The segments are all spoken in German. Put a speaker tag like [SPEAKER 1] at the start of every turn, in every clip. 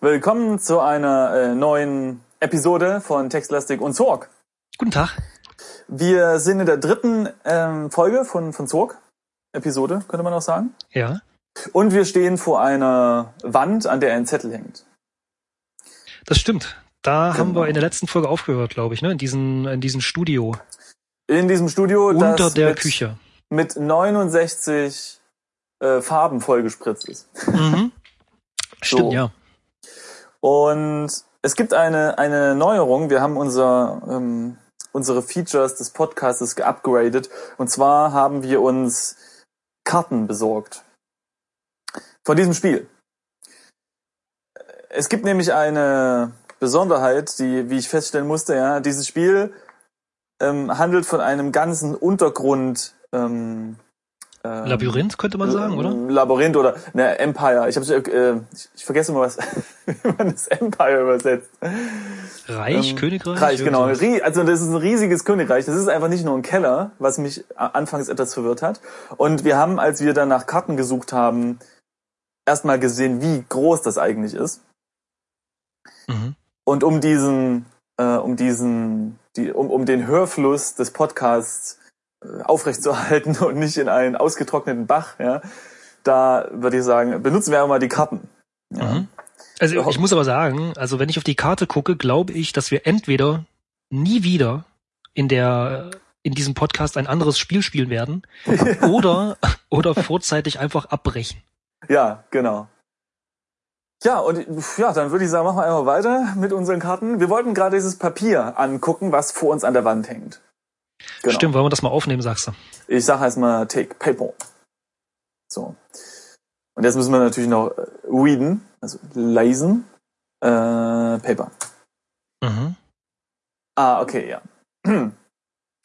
[SPEAKER 1] Willkommen zu einer äh, neuen Episode von Textlastik und Zorg.
[SPEAKER 2] Guten Tag.
[SPEAKER 1] Wir sind in der dritten ähm, Folge von, von Zorg. Episode, könnte man auch sagen.
[SPEAKER 2] Ja.
[SPEAKER 1] Und wir stehen vor einer Wand, an der ein Zettel hängt.
[SPEAKER 2] Das stimmt. Da haben
[SPEAKER 1] Genau.
[SPEAKER 2] wir in der letzten Folge aufgehört, glaube ich, ne? In diesem, in diesem Studio.
[SPEAKER 1] In diesem Studio,
[SPEAKER 2] unter
[SPEAKER 1] das
[SPEAKER 2] der
[SPEAKER 1] mit,
[SPEAKER 2] Küche.
[SPEAKER 1] mit 69 äh, Farben vollgespritzt ist.
[SPEAKER 2] Mhm. Stimmt,
[SPEAKER 1] So.
[SPEAKER 2] ja.
[SPEAKER 1] Und es gibt eine, eine Neuerung. Wir haben unser, ähm, unsere Features des Podcastes geupgradet. Und zwar haben wir uns Karten besorgt. Von diesem Spiel. Es gibt nämlich eine Besonderheit, die, wie ich feststellen musste, ja, dieses Spiel ähm, handelt von einem ganzen Untergrund. Ähm, ähm,
[SPEAKER 2] Labyrinth könnte man sagen, oder?
[SPEAKER 1] ähm, Labyrinth oder ne, Empire. Ich, hab's, äh, ich, ich vergesse immer, was, wie man das Empire übersetzt.
[SPEAKER 2] Reich,
[SPEAKER 1] ähm,
[SPEAKER 2] Königreich.
[SPEAKER 1] Reich, genau.
[SPEAKER 2] irgendwie
[SPEAKER 1] Rie- Also das ist ein riesiges Königreich. Das ist einfach nicht nur ein Keller, was mich a- anfangs etwas verwirrt hat. Und wir haben, als wir dann nach Karten gesucht haben, erstmal gesehen, wie groß das eigentlich ist.
[SPEAKER 2] so. Mhm.
[SPEAKER 1] Und um diesen, äh, um diesen, die, um, um den Hörfluss des Podcasts äh, aufrechtzuerhalten und nicht in einen ausgetrockneten Bach, ja, da würde ich sagen, benutzen wir einfach mal die Karten. Ja.
[SPEAKER 2] Mhm. Also ich muss aber sagen, also wenn ich auf die Karte gucke, glaube ich, dass wir entweder nie wieder in der in diesem Podcast ein anderes Spiel spielen werden oder oder vorzeitig einfach abbrechen.
[SPEAKER 1] Ja, genau. Ja, und ja, dann würde ich sagen, machen wir einfach weiter mit unseren Karten. Wir wollten gerade dieses Papier angucken, was vor uns an der Wand hängt. Genau.
[SPEAKER 2] Stimmt, wollen wir das mal aufnehmen, sagst du.
[SPEAKER 1] Ich sage erstmal Take Paper. So. Und jetzt müssen wir natürlich noch äh, readen, also lesen. Äh, Paper.
[SPEAKER 2] Mhm.
[SPEAKER 1] Ah, okay, ja.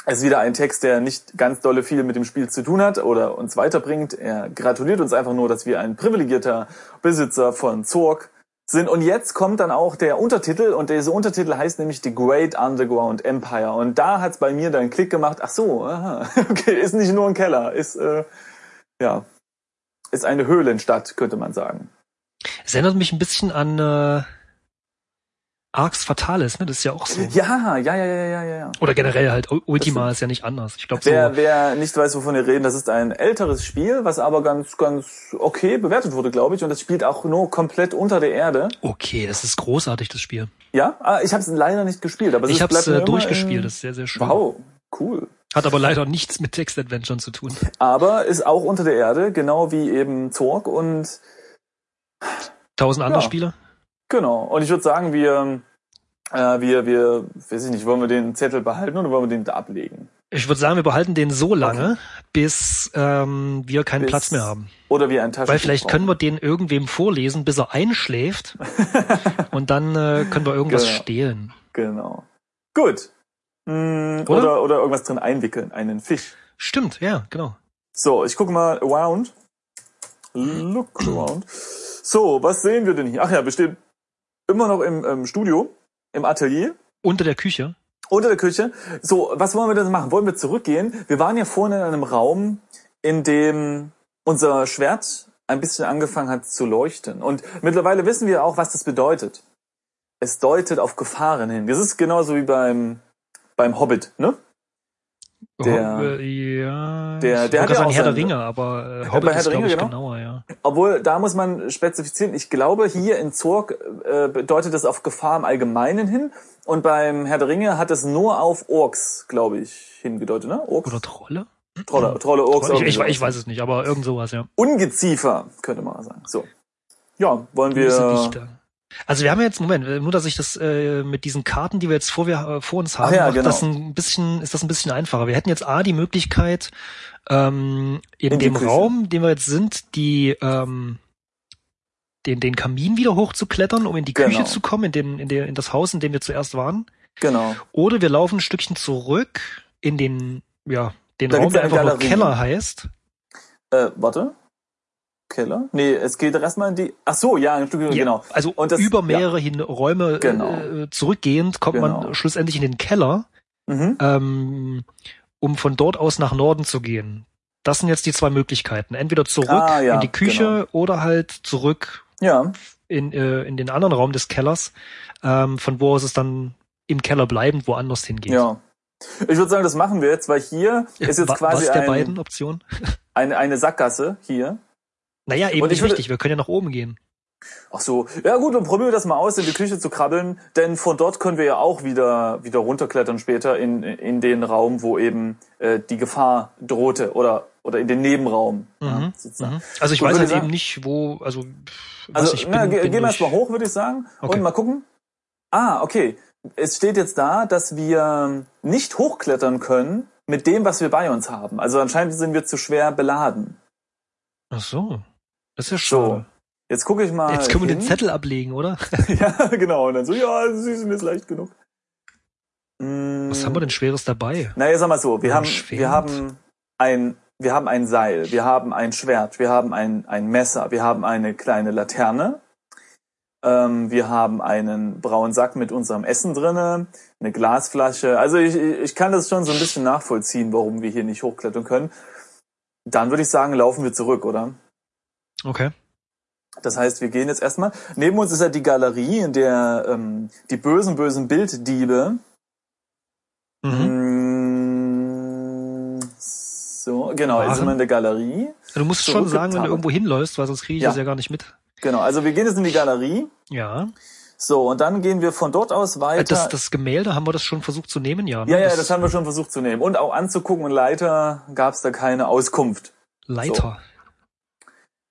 [SPEAKER 1] Es ist wieder ein Text, der nicht ganz dolle viel mit dem Spiel zu tun hat oder uns weiterbringt. Er gratuliert uns einfach nur, dass wir ein privilegierter Besitzer von Zorg sind. Und jetzt kommt dann auch der Untertitel und dieser Untertitel heißt nämlich The Great Underground Empire. Und da hat's bei mir dann Klick gemacht. Ach so, aha. okay, ist nicht nur ein Keller, ist äh, ja, ist eine Höhlenstadt, könnte man sagen.
[SPEAKER 2] Es erinnert mich ein bisschen an äh, Arx Fatalis, ne? Das ist ja auch so.
[SPEAKER 1] Äh, Ja, ja, ja, ja, ja, ja. ja.
[SPEAKER 2] Oder generell halt U- Ultima ist ja nicht anders. Ich glaube so.
[SPEAKER 1] Wer, wer nicht weiß, wovon wir reden, das ist ein älteres Spiel, was aber ganz, ganz okay bewertet wurde, glaube ich. Und das spielt auch nur komplett unter der Erde.
[SPEAKER 2] Okay, das ist großartig das Spiel.
[SPEAKER 1] Ja, ah, ich habe es leider nicht gespielt, aber es
[SPEAKER 2] Ich
[SPEAKER 1] ist-
[SPEAKER 2] habe
[SPEAKER 1] bleibt
[SPEAKER 2] es
[SPEAKER 1] mir
[SPEAKER 2] äh,
[SPEAKER 1] immer
[SPEAKER 2] durchgespielt,
[SPEAKER 1] in-
[SPEAKER 2] das ist sehr sehr schön.
[SPEAKER 1] Wow, cool.
[SPEAKER 2] Hat aber leider nichts mit Text Adventuren zu tun.
[SPEAKER 1] Aber ist auch unter der Erde, genau wie eben Zorg und
[SPEAKER 2] Tausend andere
[SPEAKER 1] Ja.
[SPEAKER 2] Spiele.
[SPEAKER 1] genau. Und ich würde sagen, wir, äh, wir, wir, weiß ich nicht, wollen wir den Zettel behalten oder wollen wir den da ablegen?
[SPEAKER 2] Ich würde sagen, wir behalten den so lange, bis ähm, wir keinen
[SPEAKER 1] Bis-
[SPEAKER 2] Platz mehr haben.
[SPEAKER 1] Oder wie ein Taschentuch?
[SPEAKER 2] Weil vielleicht können
[SPEAKER 1] brauchen?
[SPEAKER 2] wir den irgendwem vorlesen, bis er einschläft. und dann äh, können wir irgendwas
[SPEAKER 1] Genau.
[SPEAKER 2] stehlen.
[SPEAKER 1] Genau. Gut. Mm,
[SPEAKER 2] Oder?
[SPEAKER 1] oder oder irgendwas drin einwickeln, einen Fisch.
[SPEAKER 2] Stimmt, ja, genau.
[SPEAKER 1] So, ich gucke mal around. Look around. So, was sehen wir denn hier? Ach ja, wir stehen immer noch im ähm, Studio, im Atelier,
[SPEAKER 2] Unter der Küche.
[SPEAKER 1] unter der Küche. So, was wollen wir denn machen? Wollen wir zurückgehen? Wir waren ja vorhin in einem Raum, in dem unser Schwert ein bisschen angefangen hat zu leuchten. Und mittlerweile wissen wir auch, was das bedeutet. Es deutet auf Gefahren hin. Das ist genauso wie beim, beim Hobbit, ne? Der-
[SPEAKER 2] Ho- äh, ja,
[SPEAKER 1] der-
[SPEAKER 2] ich
[SPEAKER 1] der hat
[SPEAKER 2] wollte
[SPEAKER 1] ja
[SPEAKER 2] sagen
[SPEAKER 1] auch
[SPEAKER 2] Herr der
[SPEAKER 1] seine-
[SPEAKER 2] Ringe, aber äh,
[SPEAKER 1] bei
[SPEAKER 2] Hobbit
[SPEAKER 1] Herr
[SPEAKER 2] ist,
[SPEAKER 1] der
[SPEAKER 2] glaube
[SPEAKER 1] Ringe,
[SPEAKER 2] ich,
[SPEAKER 1] genau.
[SPEAKER 2] genauer, ja.
[SPEAKER 1] Obwohl, da muss man spezifizieren. Ich glaube, hier in Zorg äh, bedeutet das auf Gefahr im Allgemeinen hin. Und beim Herr der Ringe hat es nur auf Orks, glaube ich, hingedeutet, ne? Orks?
[SPEAKER 2] Oder Trolle?
[SPEAKER 1] Trolle, Trolle, Orks.
[SPEAKER 2] Ich,
[SPEAKER 1] irgendwie
[SPEAKER 2] ich, ich
[SPEAKER 1] sowas.
[SPEAKER 2] weiß es nicht, aber irgend sowas, ja.
[SPEAKER 1] Ungeziefer, könnte man sagen. So. Ja, wollen wir...
[SPEAKER 2] Böse Wichter. Also wir haben ja jetzt, Moment, äh, nur dass ich das äh, mit diesen Karten, die wir jetzt vor, wir, äh, vor uns haben,
[SPEAKER 1] Ach ja,
[SPEAKER 2] macht
[SPEAKER 1] genau.
[SPEAKER 2] das ein bisschen, ist das ein bisschen einfacher. Wir hätten jetzt A die Möglichkeit, ähm, in,
[SPEAKER 1] In die
[SPEAKER 2] dem
[SPEAKER 1] Küche.
[SPEAKER 2] Raum, in dem wir jetzt sind, die ähm, den, den Kamin wieder hochzuklettern, um in die
[SPEAKER 1] Genau.
[SPEAKER 2] Küche zu kommen, in, den, in, der, in das Haus, in dem wir zuerst waren.
[SPEAKER 1] Genau.
[SPEAKER 2] Oder wir laufen ein Stückchen zurück in den, ja, den
[SPEAKER 1] Da
[SPEAKER 2] Raum,
[SPEAKER 1] gibt's
[SPEAKER 2] der
[SPEAKER 1] eine
[SPEAKER 2] einfach nur
[SPEAKER 1] Galerie.
[SPEAKER 2] Keller heißt.
[SPEAKER 1] Äh, warte. Keller? Nee, es geht erstmal in die... Ach so, ja,
[SPEAKER 2] Ja,
[SPEAKER 1] genau.
[SPEAKER 2] Also
[SPEAKER 1] Und das-
[SPEAKER 2] über
[SPEAKER 1] ja.
[SPEAKER 2] mehrere hin Räume
[SPEAKER 1] Genau.
[SPEAKER 2] äh, zurückgehend kommt
[SPEAKER 1] Genau.
[SPEAKER 2] man schlussendlich in den Keller,
[SPEAKER 1] Mhm.
[SPEAKER 2] ähm, um von dort aus nach Norden zu gehen. Das sind jetzt die zwei Möglichkeiten. Entweder zurück
[SPEAKER 1] Ah, ja,
[SPEAKER 2] in die Küche oder halt zurück
[SPEAKER 1] Ja,
[SPEAKER 2] in, äh, in den anderen Raum des Kellers, ähm, von wo aus es dann im Keller bleibend woanders hingeht. Äh,
[SPEAKER 1] Ja. Ich würde sagen, das machen wir jetzt, weil hier ist jetzt
[SPEAKER 2] Wa-
[SPEAKER 1] quasi
[SPEAKER 2] Was der
[SPEAKER 1] ein,
[SPEAKER 2] beiden Optionen?
[SPEAKER 1] eine, eine Sackgasse hier.
[SPEAKER 2] Naja, eben
[SPEAKER 1] Und ich
[SPEAKER 2] nicht
[SPEAKER 1] würde-
[SPEAKER 2] richtig. Wir können ja nach oben gehen.
[SPEAKER 1] Ach so, ja gut, dann probieren wir das mal aus, in die Küche zu krabbeln, denn von dort können wir ja auch wieder wieder runterklettern später in in den Raum, wo eben äh, die Gefahr drohte oder oder in den Nebenraum. Ja,
[SPEAKER 2] Mhm.
[SPEAKER 1] sozusagen.
[SPEAKER 2] Mhm. Also ich
[SPEAKER 1] Gut,
[SPEAKER 2] weiß
[SPEAKER 1] würde
[SPEAKER 2] halt
[SPEAKER 1] ich sagen-
[SPEAKER 2] eben nicht, wo, also, pff, weiß
[SPEAKER 1] Also,
[SPEAKER 2] nicht, ich
[SPEAKER 1] na, ge- gehen wir
[SPEAKER 2] durch-
[SPEAKER 1] erstmal hoch, würde ich sagen.
[SPEAKER 2] Okay.
[SPEAKER 1] Und mal gucken. Ah, okay. Es steht jetzt da, dass wir nicht hochklettern können mit dem, was wir bei uns haben. Also anscheinend sind wir zu schwer beladen.
[SPEAKER 2] Ach so. Das ist ja
[SPEAKER 1] So.
[SPEAKER 2] schade.
[SPEAKER 1] Jetzt gucke ich mal.
[SPEAKER 2] Jetzt können wir
[SPEAKER 1] hin.
[SPEAKER 2] den Zettel ablegen, oder?
[SPEAKER 1] Ja, genau. Und dann so, ja, sie sind jetzt leicht genug. Mm,
[SPEAKER 2] Was haben wir denn Schweres dabei?
[SPEAKER 1] Na, jetzt sag mal so, wir
[SPEAKER 2] Ein
[SPEAKER 1] haben,
[SPEAKER 2] Schwert?
[SPEAKER 1] wir haben ein, wir haben ein Seil, wir haben ein Schwert, wir haben ein, ein Messer, wir haben eine kleine Laterne, ähm, wir haben einen braunen Sack mit unserem Essen drinne, eine Glasflasche. Also ich, ich ich kann das schon so ein bisschen nachvollziehen, warum wir hier nicht hochklettern können. Dann würde ich sagen, laufen wir zurück, oder?
[SPEAKER 2] Okay.
[SPEAKER 1] Das heißt, wir gehen jetzt erstmal. Neben uns ist ja die Galerie, in der ähm, die bösen, bösen Bilddiebe
[SPEAKER 2] Mhm.
[SPEAKER 1] Mm, So, genau, jetzt
[SPEAKER 2] Waren.
[SPEAKER 1] sind wir in der Galerie.
[SPEAKER 2] Du musst schon sagen, wenn du
[SPEAKER 1] Zurückgetan.
[SPEAKER 2] irgendwo hinläufst, weil sonst kriege ich
[SPEAKER 1] Ja.
[SPEAKER 2] das ja gar nicht mit.
[SPEAKER 1] Genau, also wir gehen jetzt in die Galerie.
[SPEAKER 2] Ja.
[SPEAKER 1] So, und dann gehen wir von dort aus weiter.
[SPEAKER 2] Äh, Das, das Gemälde, haben wir das schon versucht zu nehmen? Ja. ne?
[SPEAKER 1] ja, ja, das, haben wir schon versucht zu nehmen. Und auch anzugucken und leider gab es da keine Auskunft.
[SPEAKER 2] Leiter.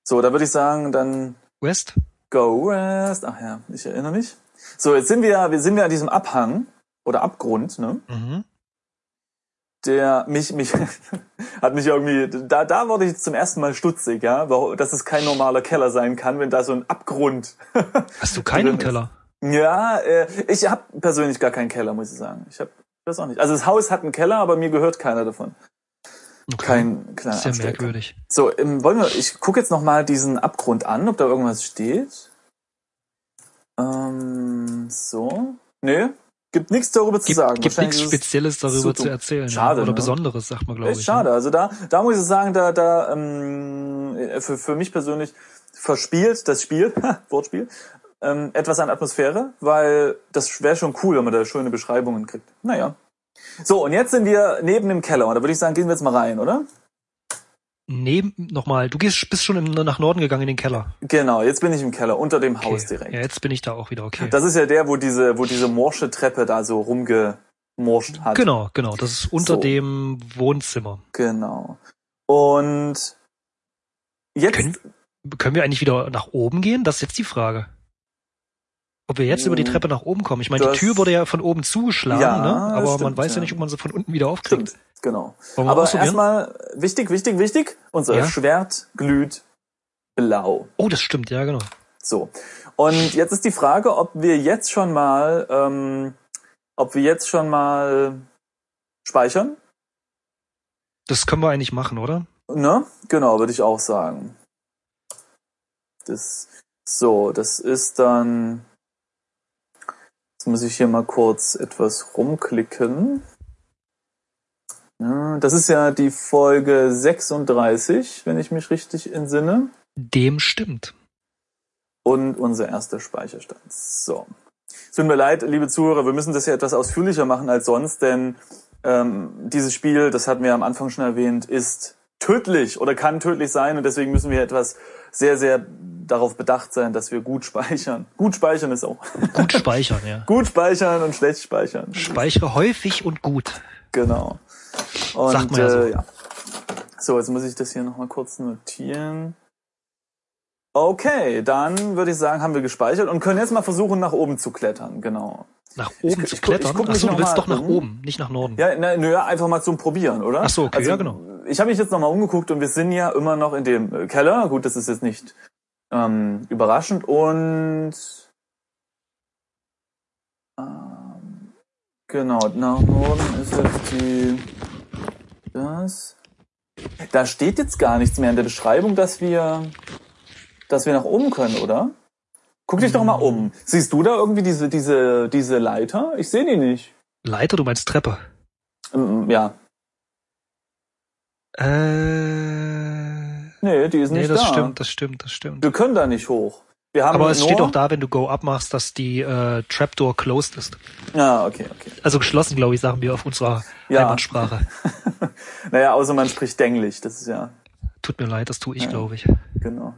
[SPEAKER 1] So, da würde ich sagen, dann
[SPEAKER 2] West?
[SPEAKER 1] go rest. Ach ja, ich erinnere mich. So, jetzt sind wir, wir sind ja an diesem Abhang oder Abgrund, ne?
[SPEAKER 2] Mhm.
[SPEAKER 1] der mich, mich hat mich irgendwie, da, da wurde ich zum ersten Mal stutzig, ja, warum- dass es kein normaler Keller sein kann, wenn da so ein Abgrund.
[SPEAKER 2] Hast du keinen
[SPEAKER 1] Drin
[SPEAKER 2] im
[SPEAKER 1] ist.
[SPEAKER 2] Keller?
[SPEAKER 1] ja, äh, ich habe persönlich gar keinen Keller, muss ich sagen. Ich habe das auch nicht. Also das Haus hat einen Keller, aber mir gehört keiner davon.
[SPEAKER 2] Okay.
[SPEAKER 1] Kein
[SPEAKER 2] Das
[SPEAKER 1] kleiner
[SPEAKER 2] ist ja
[SPEAKER 1] Abstecker.
[SPEAKER 2] merkwürdig.
[SPEAKER 1] So, ähm, wollen wir, ich gucke jetzt nochmal diesen Abgrund an, ob da irgendwas steht. Ähm, so. Nee, gibt nichts darüber zu
[SPEAKER 2] Gibt,
[SPEAKER 1] sagen.
[SPEAKER 2] gibt
[SPEAKER 1] Wahrscheinlich
[SPEAKER 2] nichts
[SPEAKER 1] ist es-
[SPEAKER 2] Spezielles darüber
[SPEAKER 1] zu
[SPEAKER 2] zu,
[SPEAKER 1] dumm.
[SPEAKER 2] erzählen.
[SPEAKER 1] Schade,
[SPEAKER 2] Oder
[SPEAKER 1] ne?
[SPEAKER 2] Besonderes, sagt man, glaube ich.
[SPEAKER 1] Ist
[SPEAKER 2] ne?
[SPEAKER 1] schade. Also da, da muss ich sagen, da, da ähm, für, für mich persönlich verspielt das Spiel, Wortspiel, ähm, etwas an Atmosphäre, weil das wäre schon cool, wenn man da schöne Beschreibungen kriegt. Naja. So, und jetzt sind wir neben dem Keller. Und da würde ich sagen, gehen wir jetzt mal rein, oder?
[SPEAKER 2] Neben, nochmal, du gehst, bist schon im, nach Norden gegangen in den Keller.
[SPEAKER 1] Genau, jetzt bin ich im Keller, unter dem
[SPEAKER 2] Okay.
[SPEAKER 1] Haus direkt.
[SPEAKER 2] Ja, jetzt bin ich da auch wieder, okay.
[SPEAKER 1] Das ist ja der, wo diese, wo diese morsche Treppe da so rumgemorscht hat.
[SPEAKER 2] Genau, genau. Das ist unter
[SPEAKER 1] So.
[SPEAKER 2] dem Wohnzimmer.
[SPEAKER 1] Genau. Und jetzt.
[SPEAKER 2] Können, können wir eigentlich wieder nach oben gehen? Das ist jetzt die Frage. Ob wir jetzt über die
[SPEAKER 1] Hm,
[SPEAKER 2] Treppe nach oben kommen. Ich meine, die
[SPEAKER 1] das-
[SPEAKER 2] Tür wurde ja von oben zugeschlagen,
[SPEAKER 1] Ja,
[SPEAKER 2] ne? aber
[SPEAKER 1] stimmt,
[SPEAKER 2] man weiß ja
[SPEAKER 1] ja.
[SPEAKER 2] nicht, ob man sie von unten wieder aufkriegt.
[SPEAKER 1] Stimmt, genau.
[SPEAKER 2] Wollen wir
[SPEAKER 1] Aber
[SPEAKER 2] ausprobieren?
[SPEAKER 1] erstmal wichtig, wichtig, wichtig. Unser
[SPEAKER 2] Ja.
[SPEAKER 1] Schwert glüht blau.
[SPEAKER 2] oh, das stimmt, ja, genau.
[SPEAKER 1] So. Und jetzt ist die Frage, ob wir jetzt schon mal, ähm, ob wir jetzt schon mal speichern.
[SPEAKER 2] Das können wir eigentlich machen, oder?
[SPEAKER 1] Ne? Genau, würde ich auch sagen. Das, so, das ist dann, jetzt muss ich hier mal kurz etwas rumklicken. Ja, Das ist ja die Folge 36, wenn ich mich richtig entsinne.
[SPEAKER 2] Dem stimmt.
[SPEAKER 1] Und unser erster Speicherstand. So. Es tut mir leid, liebe Zuhörer, wir müssen das ja etwas ausführlicher machen als sonst, denn ähm, dieses Spiel, das hatten wir am Anfang schon erwähnt, ist tödlich oder kann tödlich sein und deswegen müssen wir etwas sehr, sehr darauf bedacht sein, dass wir gut speichern. Gut speichern ist auch.
[SPEAKER 2] Gut speichern, ja.
[SPEAKER 1] Gut speichern und schlecht speichern.
[SPEAKER 2] Speichere häufig und gut.
[SPEAKER 1] Genau. Und,
[SPEAKER 2] Sagt man ja so.
[SPEAKER 1] Äh, ja. So, jetzt muss ich das hier nochmal kurz notieren. Okay, dann würde ich sagen, haben wir gespeichert und können jetzt mal versuchen, nach oben zu klettern. Genau.
[SPEAKER 2] Nach oben
[SPEAKER 1] gu-
[SPEAKER 2] zu
[SPEAKER 1] ich gu- ich
[SPEAKER 2] klettern.
[SPEAKER 1] guck mich
[SPEAKER 2] Achso, du
[SPEAKER 1] noch
[SPEAKER 2] willst
[SPEAKER 1] mal
[SPEAKER 2] doch nach
[SPEAKER 1] um.
[SPEAKER 2] oben, nicht nach Norden.
[SPEAKER 1] Ja, na, nö, ja, einfach mal zum Probieren, oder? Also,
[SPEAKER 2] Ach so, okay, ja, genau.
[SPEAKER 1] Ich habe mich jetzt nochmal umgeguckt und wir sind ja immer noch in dem äh, Keller. Gut, das ist jetzt nicht ähm, überraschend. Und ähm, genau, nach Norden ist jetzt die das. Da steht jetzt gar nichts mehr in der Beschreibung, dass wir dass wir nach oben können, oder? Guck dich doch mal
[SPEAKER 2] Hm.
[SPEAKER 1] um. Siehst du da irgendwie diese diese diese Leiter? Ich sehe die nicht.
[SPEAKER 2] Leiter, du meinst Treppe.
[SPEAKER 1] Ähm, Ja,
[SPEAKER 2] Äh, nee,
[SPEAKER 1] Nee, die ist nicht
[SPEAKER 2] das
[SPEAKER 1] da.
[SPEAKER 2] stimmt, das stimmt, das stimmt.
[SPEAKER 1] Wir können da nicht hoch. Wir haben
[SPEAKER 2] Aber es
[SPEAKER 1] nur-
[SPEAKER 2] steht auch da, wenn du Go Up machst, dass die äh, Trapdoor closed ist.
[SPEAKER 1] Ah, okay, okay.
[SPEAKER 2] Also geschlossen, glaube ich, sagen wir auf unserer
[SPEAKER 1] Ja.
[SPEAKER 2] Heimatsprache.
[SPEAKER 1] Naja, außer man spricht Denglich, das ist ja,
[SPEAKER 2] Tut mir leid, das tue ich, glaube ich.
[SPEAKER 1] genau.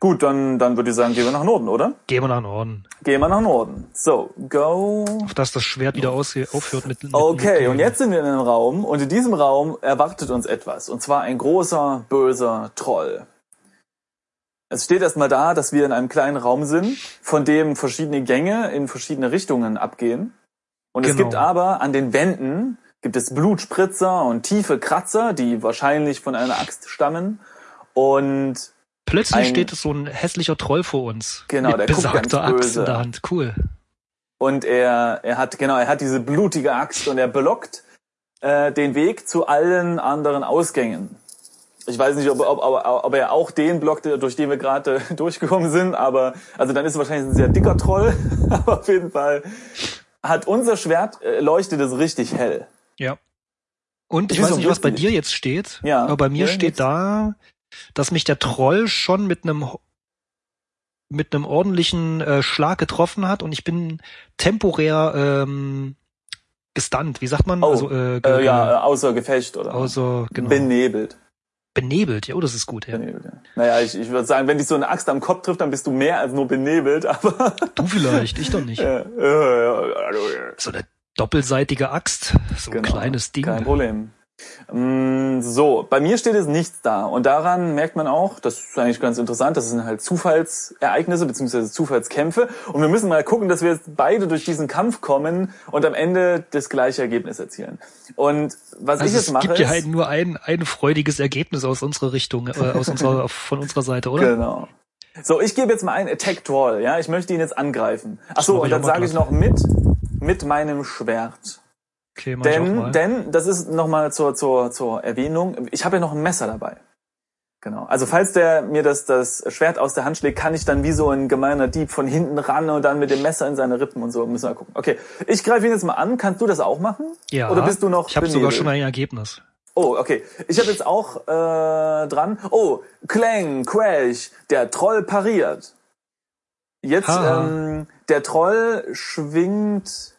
[SPEAKER 1] Gut, dann, dann würde ich sagen, gehen wir nach Norden, oder?
[SPEAKER 2] Gehen wir nach Norden.
[SPEAKER 1] Gehen wir nach Norden. So, go.
[SPEAKER 2] Auf dass das Schwert wieder ausge aufhört mit, mit
[SPEAKER 1] Okay,
[SPEAKER 2] mit,
[SPEAKER 1] und jetzt sind wir in einem Raum und in diesem Raum erwartet uns etwas. Und zwar ein großer, böser Troll. Es steht erstmal da, dass wir in einem kleinen Raum sind, von dem verschiedene Gänge in verschiedene Richtungen abgehen. Und es
[SPEAKER 2] Genau.
[SPEAKER 1] gibt aber an den Wänden gibt es Blutspritzer und tiefe Kratzer, die wahrscheinlich von einer Axt stammen. Und
[SPEAKER 2] Plötzlich
[SPEAKER 1] ein-
[SPEAKER 2] steht so ein hässlicher Troll vor uns.
[SPEAKER 1] Genau,
[SPEAKER 2] mit
[SPEAKER 1] der guckt ganz
[SPEAKER 2] besagter Axt
[SPEAKER 1] böse.
[SPEAKER 2] in der Hand. Cool.
[SPEAKER 1] Und er, er hat, genau, er hat diese blutige Axt und er blockt äh, den Weg zu allen anderen Ausgängen. Ich weiß nicht, ob, ob, ob, ob er auch den blockte, durch den wir gerade äh, durchgekommen sind, aber also dann ist es wahrscheinlich ein sehr dicker Troll. aber auf jeden Fall hat unser Schwert, äh, leuchtet es richtig hell.
[SPEAKER 2] Ja. Und ich
[SPEAKER 1] Wieso
[SPEAKER 2] weiß nicht, was
[SPEAKER 1] wissen
[SPEAKER 2] bei
[SPEAKER 1] die-
[SPEAKER 2] dir jetzt steht,
[SPEAKER 1] Ja.
[SPEAKER 2] aber bei
[SPEAKER 1] Ja,
[SPEAKER 2] mir steht
[SPEAKER 1] nichts.
[SPEAKER 2] da, dass mich der Troll schon mit einem ho- mit einem ordentlichen äh, Schlag getroffen hat und ich bin temporär ähm, gestunt. Wie sagt man?
[SPEAKER 1] Oh,
[SPEAKER 2] also äh, ge-
[SPEAKER 1] Äh, ja, äh, außer Gefecht oder
[SPEAKER 2] außer genau.
[SPEAKER 1] benebelt.
[SPEAKER 2] benebelt. Ja, oh, das ist gut. Ja.
[SPEAKER 1] benebelt ja. Naja, ich, ich würde sagen, wenn dich so eine Axt am Kopf trifft, dann bist du mehr als nur benebelt, aber
[SPEAKER 2] Du vielleicht, ich doch nicht.
[SPEAKER 1] äh, äh,
[SPEAKER 2] So eine doppelseitige Axt, so ein
[SPEAKER 1] Genau,
[SPEAKER 2] kleines Ding.
[SPEAKER 1] Kein Problem. Mm, So, bei mir steht jetzt nichts da. Und daran merkt man auch, das ist eigentlich ganz interessant, das sind halt Zufallsereignisse bzw. Zufallskämpfe. Und wir müssen mal gucken, dass wir jetzt beide durch diesen Kampf kommen und am Ende das gleiche Ergebnis erzielen. Und was ich
[SPEAKER 2] Also
[SPEAKER 1] jetzt
[SPEAKER 2] es
[SPEAKER 1] mache.
[SPEAKER 2] gibt ja
[SPEAKER 1] ist,
[SPEAKER 2] halt nur ein, ein freudiges Ergebnis aus unserer Richtung, äh, aus unserer, von unserer Seite, oder?
[SPEAKER 1] Genau. So, ich gebe jetzt mal einen Attack Troll, ja? Ich möchte ihn jetzt angreifen. Ach so,
[SPEAKER 2] mach
[SPEAKER 1] und
[SPEAKER 2] ich
[SPEAKER 1] dann
[SPEAKER 2] auch mal
[SPEAKER 1] sage ich noch mit, mit meinem Schwert.
[SPEAKER 2] Okay, mach ich auch
[SPEAKER 1] Denn,
[SPEAKER 2] mal.
[SPEAKER 1] denn, das ist nochmal zur, zur, zur Erwähnung, ich habe ja noch ein Messer dabei. Genau. Also falls der mir das, das Schwert aus der Hand schlägt, kann ich dann wie so ein gemeiner Dieb von hinten ran und dann mit dem Messer in seine Rippen und so. Müssen wir gucken. Okay, ich greife ihn jetzt mal an. Kannst du das auch machen?
[SPEAKER 2] ja,
[SPEAKER 1] Oder bist du noch
[SPEAKER 2] ich habe sogar
[SPEAKER 1] benebelt?
[SPEAKER 2] schon ein Ergebnis.
[SPEAKER 1] Oh, okay. Ich habe jetzt auch äh, dran. Oh, Clang, Crash, der Troll pariert. Jetzt,
[SPEAKER 2] Haha.
[SPEAKER 1] ähm, der Troll schwingt.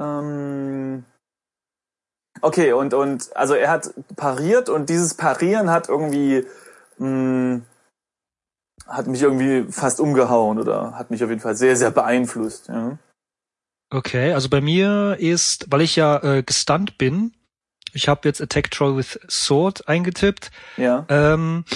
[SPEAKER 1] Ähm, okay, und, und also er hat pariert und dieses Parieren hat irgendwie. Mh, hat mich irgendwie fast umgehauen oder hat mich auf jeden Fall sehr, sehr beeinflusst. Ja.
[SPEAKER 2] Okay, also bei mir ist, weil ich ja äh, gestunt bin, ich habe jetzt Attack Troll with Sword eingetippt.
[SPEAKER 1] ja.
[SPEAKER 2] Ähm,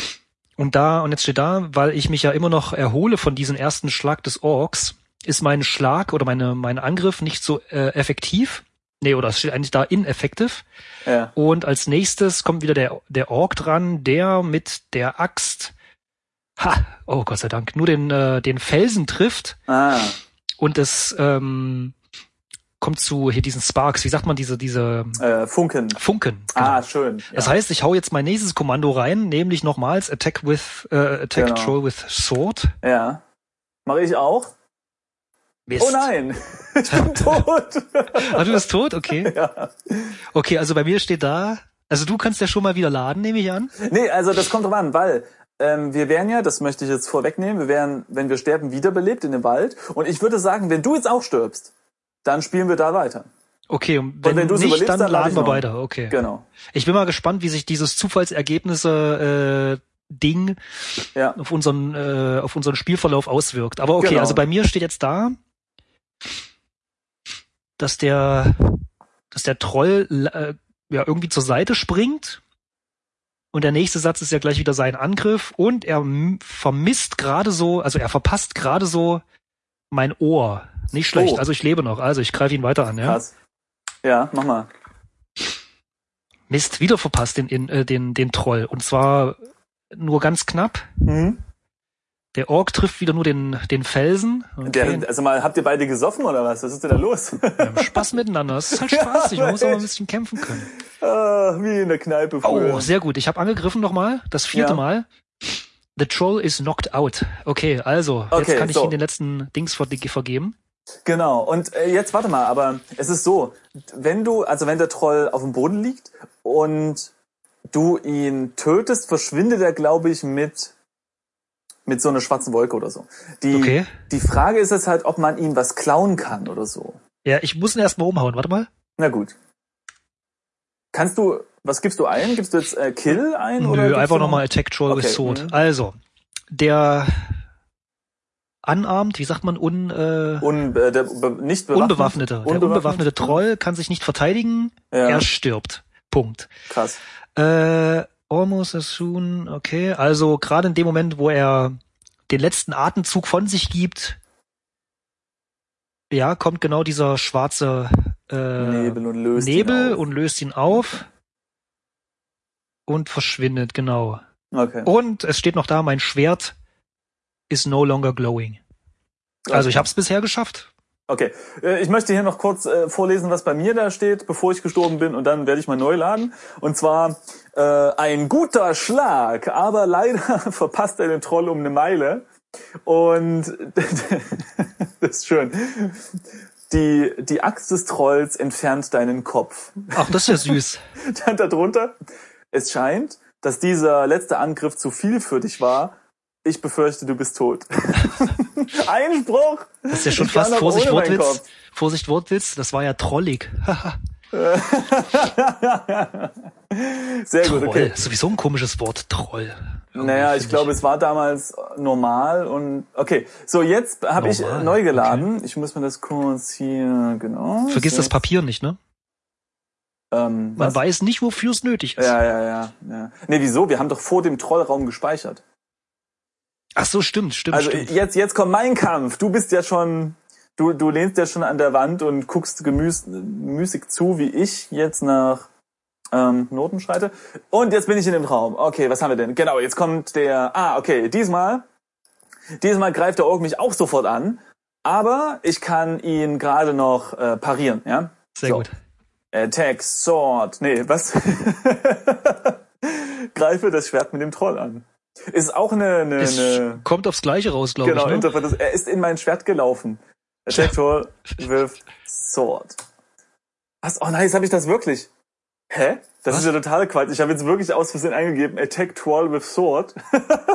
[SPEAKER 2] und da, und jetzt steht da, weil ich mich ja immer noch erhole von diesem ersten Schlag des Orks, ist mein Schlag oder meine, mein Angriff nicht so äh, effektiv. Nee, oder es steht eigentlich da ineffective.
[SPEAKER 1] ja.
[SPEAKER 2] Und als nächstes kommt wieder der, der Ork dran, der mit der Axt, ha, oh Gott sei Dank, nur den, äh, den Felsen trifft
[SPEAKER 1] Ah,
[SPEAKER 2] und es ähm, kommt zu hier diesen Sparks, wie sagt man, diese, diese
[SPEAKER 1] äh, Funken.
[SPEAKER 2] Funken. Genau.
[SPEAKER 1] Ah, schön. Ja.
[SPEAKER 2] Das heißt, ich hau jetzt mein nächstes Kommando rein, nämlich nochmals Attack with äh, Attack
[SPEAKER 1] Genau.
[SPEAKER 2] Troll with Sword.
[SPEAKER 1] Ja. Mache ich auch.
[SPEAKER 2] Mist.
[SPEAKER 1] Oh nein, ich bin tot.
[SPEAKER 2] Ah, du bist tot? Okay.
[SPEAKER 1] ja.
[SPEAKER 2] Okay, also bei mir steht da. Also du kannst ja schon mal wieder laden, nehme ich an.
[SPEAKER 1] Nee, also das kommt drauf an, weil ähm, wir wären ja, das möchte ich jetzt vorwegnehmen, wir wären, wenn wir sterben, wiederbelebt in dem Wald. Und ich würde sagen, wenn du jetzt auch stirbst, dann spielen wir da weiter.
[SPEAKER 2] Okay, und
[SPEAKER 1] wenn
[SPEAKER 2] wenn,
[SPEAKER 1] du's
[SPEAKER 2] nicht,
[SPEAKER 1] überlebst,
[SPEAKER 2] dann
[SPEAKER 1] dann lade
[SPEAKER 2] laden
[SPEAKER 1] ich
[SPEAKER 2] wir
[SPEAKER 1] noch.
[SPEAKER 2] weiter. Okay.
[SPEAKER 1] Genau.
[SPEAKER 2] Ich bin mal gespannt, wie sich dieses äh, Zufallsergebnisse-Ding
[SPEAKER 1] Ja.
[SPEAKER 2] auf unseren äh, auf unseren Spielverlauf auswirkt. Aber okay,
[SPEAKER 1] Genau.
[SPEAKER 2] also bei mir steht jetzt da, dass der dass der Troll äh, ja irgendwie zur Seite springt und der nächste Satz ist ja gleich wieder sein Angriff und er m- vermisst gerade so, also er verpasst gerade so mein Ohr. Nicht schlecht.
[SPEAKER 1] Oh.
[SPEAKER 2] Also ich lebe noch. Also ich greife ihn weiter an. Ja.
[SPEAKER 1] Krass. Ja, mach mal.
[SPEAKER 2] Mist, wieder verpasst den, in, äh, den, den Troll. Und zwar nur ganz knapp.
[SPEAKER 1] Mhm.
[SPEAKER 2] Der Ork trifft wieder nur den, den Felsen. Okay.
[SPEAKER 1] Der, also mal, habt ihr beide gesoffen oder was? Was ist denn da los?
[SPEAKER 2] Wir haben Spaß miteinander. Es ist halt spaßig. Man muss auch mal ein bisschen kämpfen können.
[SPEAKER 1] ah, wie in der Kneipe früher.
[SPEAKER 2] Oh, sehr gut. Ich habe angegriffen nochmal. Das vierte
[SPEAKER 1] Ja.
[SPEAKER 2] Mal. The Troll is knocked out. Okay, also,
[SPEAKER 1] Okay,
[SPEAKER 2] jetzt kann ich
[SPEAKER 1] so.
[SPEAKER 2] ihm den letzten Dings ver- vergeben.
[SPEAKER 1] Genau. Und äh, jetzt warte mal, aber es ist so, wenn du, also wenn der Troll auf dem Boden liegt und du ihn tötest, verschwindet er, glaube ich, mit mit so einer schwarzen Wolke oder so. Die,
[SPEAKER 2] Okay.
[SPEAKER 1] die Frage ist jetzt halt, ob man ihm was klauen kann oder so.
[SPEAKER 2] Ja, ich muss ihn erstmal umhauen. Warte mal.
[SPEAKER 1] Na gut. Kannst du, was gibst du ein? Gibst du jetzt äh, Kill ein? oder
[SPEAKER 2] Nö,
[SPEAKER 1] gibst
[SPEAKER 2] einfach
[SPEAKER 1] du
[SPEAKER 2] nochmal Attack Troll with
[SPEAKER 1] Okay,
[SPEAKER 2] Sword.
[SPEAKER 1] mhm.
[SPEAKER 2] Also, der unarmed, wie sagt man, un, äh,
[SPEAKER 1] Un, äh, der, be, nicht bewaffnet.
[SPEAKER 2] unbewaffnete. Der
[SPEAKER 1] Unbewaffnet.
[SPEAKER 2] unbewaffnete Troll kann sich nicht verteidigen,
[SPEAKER 1] Ja,
[SPEAKER 2] er stirbt. Punkt.
[SPEAKER 1] krass.
[SPEAKER 2] Äh, almost as soon, okay. Also gerade in dem Moment, wo er den letzten Atemzug von sich gibt, ja, kommt genau dieser schwarze äh,
[SPEAKER 1] Nebel und löst ihn
[SPEAKER 2] Nebel
[SPEAKER 1] auf.
[SPEAKER 2] und löst ihn auf und verschwindet, genau.
[SPEAKER 1] Okay.
[SPEAKER 2] Und es steht noch da, mein Schwert is no longer glowing. Also ich habe es bisher geschafft.
[SPEAKER 1] Okay, Äh, ich möchte hier noch kurz äh, vorlesen, was bei mir da steht, bevor ich gestorben bin, und dann werde ich mal neu laden. Und zwar äh, ein guter Schlag, aber leider verpasst er den Troll um eine Meile. Und das ist schön. Die, die Axt des Trolls entfernt deinen Kopf.
[SPEAKER 2] Ach, das ist ja süß.
[SPEAKER 1] Dann darunter, es scheint, dass dieser letzte Angriff zu viel für dich war. Ich befürchte, du bist tot. Einspruch!
[SPEAKER 2] Das ist ja schon
[SPEAKER 1] Ich war
[SPEAKER 2] fast
[SPEAKER 1] noch
[SPEAKER 2] Vorsicht
[SPEAKER 1] ohne meinen Kopf.
[SPEAKER 2] Wortwitz. Vorsicht Wortwitz, das war ja trollig. Haha,
[SPEAKER 1] Sehr gut,
[SPEAKER 2] Troll,
[SPEAKER 1] okay.
[SPEAKER 2] sowieso ein komisches Wort, Troll.
[SPEAKER 1] Naja,
[SPEAKER 2] Irgendwie
[SPEAKER 1] ich glaube, es war damals normal und okay. So, jetzt habe ich äh,
[SPEAKER 2] Normal,
[SPEAKER 1] neu geladen. Ich muss mir das kurz hier, genau.
[SPEAKER 2] Vergiss das
[SPEAKER 1] jetzt,
[SPEAKER 2] Papier nicht, ne?
[SPEAKER 1] Ähm,
[SPEAKER 2] Man
[SPEAKER 1] was?
[SPEAKER 2] weiß nicht, wofür es nötig ist.
[SPEAKER 1] Ja, ja, ja, ja. Nee, wieso? Wir haben doch vor dem Trollraum gespeichert.
[SPEAKER 2] Ach so, stimmt, stimmt,
[SPEAKER 1] Also
[SPEAKER 2] stimmt.
[SPEAKER 1] jetzt, jetzt kommt mein Kampf. Du bist ja schon, du, du lehnst ja schon an der Wand und guckst gemüß, müßig zu, wie ich jetzt nach ähm, Noten schreite. Und jetzt bin ich in dem Traum. Okay, was haben wir denn? Genau, jetzt kommt der. Ah, okay, diesmal, diesmal greift der Org mich auch sofort an, aber ich kann ihn gerade noch äh, parieren. Ja,
[SPEAKER 2] Sehr
[SPEAKER 1] so.
[SPEAKER 2] gut.
[SPEAKER 1] Attack Sword. Nee, was? Greife das Schwert mit dem Troll an. Ist auch eine, eine,
[SPEAKER 2] Es
[SPEAKER 1] eine
[SPEAKER 2] kommt aufs Gleiche raus, glaube
[SPEAKER 1] Genau,
[SPEAKER 2] ich. Ne?
[SPEAKER 1] Interpret ist, er ist in mein Schwert gelaufen. Attack Roll with Sword. Was? Oh nein, jetzt habe ich das wirklich. Hä? Das
[SPEAKER 2] Was?
[SPEAKER 1] ist ja totale Quatsch. Ich habe jetzt wirklich aus Versehen eingegeben, Attack Troll with Sword.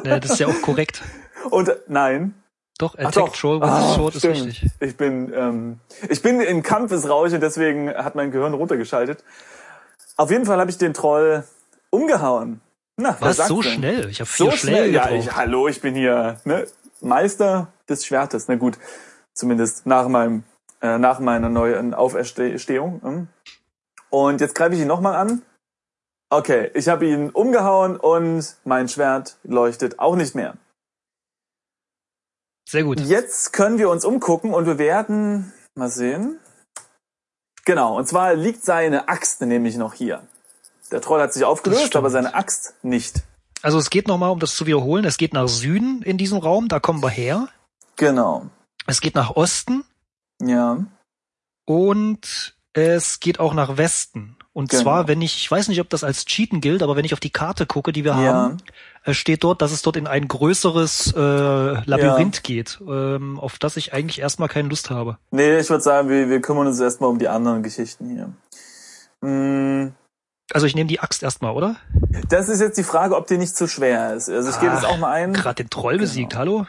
[SPEAKER 2] Ja, das ist ja auch korrekt.
[SPEAKER 1] Und äh, nein,
[SPEAKER 2] Doch, Attack
[SPEAKER 1] doch.
[SPEAKER 2] Troll with
[SPEAKER 1] Ah,
[SPEAKER 2] Sword
[SPEAKER 1] stimmt.
[SPEAKER 2] ist richtig.
[SPEAKER 1] ich bin, ähm, ich bin in Kampfesrausch und deswegen hat mein Gehirn runtergeschaltet. Auf jeden Fall habe ich den Troll umgehauen. Na, wer
[SPEAKER 2] Was,
[SPEAKER 1] sagt's
[SPEAKER 2] so
[SPEAKER 1] denn?
[SPEAKER 2] schnell? Ich habe vier
[SPEAKER 1] So
[SPEAKER 2] Schläge
[SPEAKER 1] schnell, ja,
[SPEAKER 2] gebraucht.
[SPEAKER 1] ich, hallo, ich bin hier ne, Meister des Schwertes. Na gut, zumindest nach meinem, äh, nach meiner neuen Auferstehung. hm. Und jetzt greife ich ihn nochmal an. Okay, ich habe ihn umgehauen und mein Schwert leuchtet auch nicht mehr.
[SPEAKER 2] Sehr gut.
[SPEAKER 1] Jetzt können wir uns umgucken und wir werden mal sehen. Genau, und zwar liegt seine Axt nämlich noch hier. Der Troll hat sich aufgelöst,
[SPEAKER 2] stimmt.
[SPEAKER 1] aber seine Axt nicht.
[SPEAKER 2] Also es geht nochmal, um das zu wiederholen, es geht nach Süden in diesem Raum, da kommen wir her.
[SPEAKER 1] Genau.
[SPEAKER 2] Es geht nach Osten
[SPEAKER 1] Ja.
[SPEAKER 2] und es geht auch nach Westen. Und
[SPEAKER 1] Genau.
[SPEAKER 2] zwar, wenn ich, ich weiß nicht, ob das als Cheaten gilt, aber wenn ich auf die Karte gucke, die wir
[SPEAKER 1] Ja.
[SPEAKER 2] haben, äh, steht dort, dass es dort in ein größeres äh, Labyrinth geht, ähm, auf das ich eigentlich erstmal keine Lust habe.
[SPEAKER 1] Nee, ich würde sagen, wir, wir kümmern uns erstmal um die anderen Geschichten hier. Mm,
[SPEAKER 2] Also ich nehme die Axt erstmal, oder?
[SPEAKER 1] Das ist jetzt die Frage, ob die nicht zu schwer ist. Also ich gebe jetzt
[SPEAKER 2] Ach,
[SPEAKER 1] auch mal ein. Genau.
[SPEAKER 2] Gerade den Troll besiegt, hallo?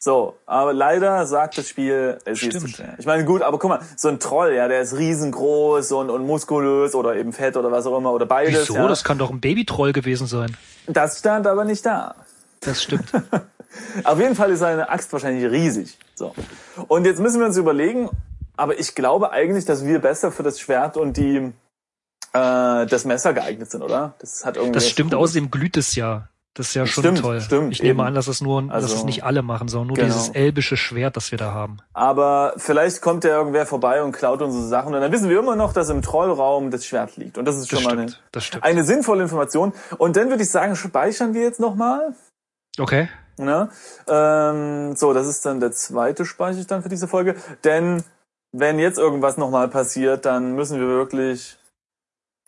[SPEAKER 1] So, aber leider sagt das Spiel, es ist zu
[SPEAKER 2] Stimmt.
[SPEAKER 1] schwer. Ich meine, gut, aber guck mal, so ein Troll, ja, der ist riesengroß und, und muskulös oder eben fett oder was auch immer oder beides.
[SPEAKER 2] Wieso?
[SPEAKER 1] ja.
[SPEAKER 2] Das kann doch ein Babytroll gewesen sein.
[SPEAKER 1] das stand aber nicht da.
[SPEAKER 2] Das stimmt.
[SPEAKER 1] Auf jeden Fall ist seine Axt wahrscheinlich riesig. So. Und jetzt müssen wir uns überlegen, aber ich glaube eigentlich, dass wir besser für das Schwert und die äh, das Messer geeignet sind, oder? Das hat irgendwie
[SPEAKER 2] Das stimmt, außerdem glüht es ja. Das ist ja schon
[SPEAKER 1] Stimmt,
[SPEAKER 2] toll.
[SPEAKER 1] stimmt,
[SPEAKER 2] ich nehme
[SPEAKER 1] eben.
[SPEAKER 2] an, dass es nur, dass es
[SPEAKER 1] Also,
[SPEAKER 2] nicht alle machen, sondern nur
[SPEAKER 1] genau.
[SPEAKER 2] dieses elbische Schwert, das wir da haben.
[SPEAKER 1] Aber vielleicht kommt ja irgendwer vorbei und klaut unsere Sachen und dann wissen wir immer noch, dass im Trollraum das Schwert liegt. Und das ist
[SPEAKER 2] Das
[SPEAKER 1] schon mal eine,
[SPEAKER 2] stimmt. Das stimmt.
[SPEAKER 1] eine sinnvolle Information. Und dann würde ich sagen, speichern wir jetzt nochmal.
[SPEAKER 2] Okay.
[SPEAKER 1] Ne? Ähm, so, das ist dann der zweite Speicher dann für diese Folge. Denn wenn jetzt irgendwas nochmal passiert, dann müssen wir wirklich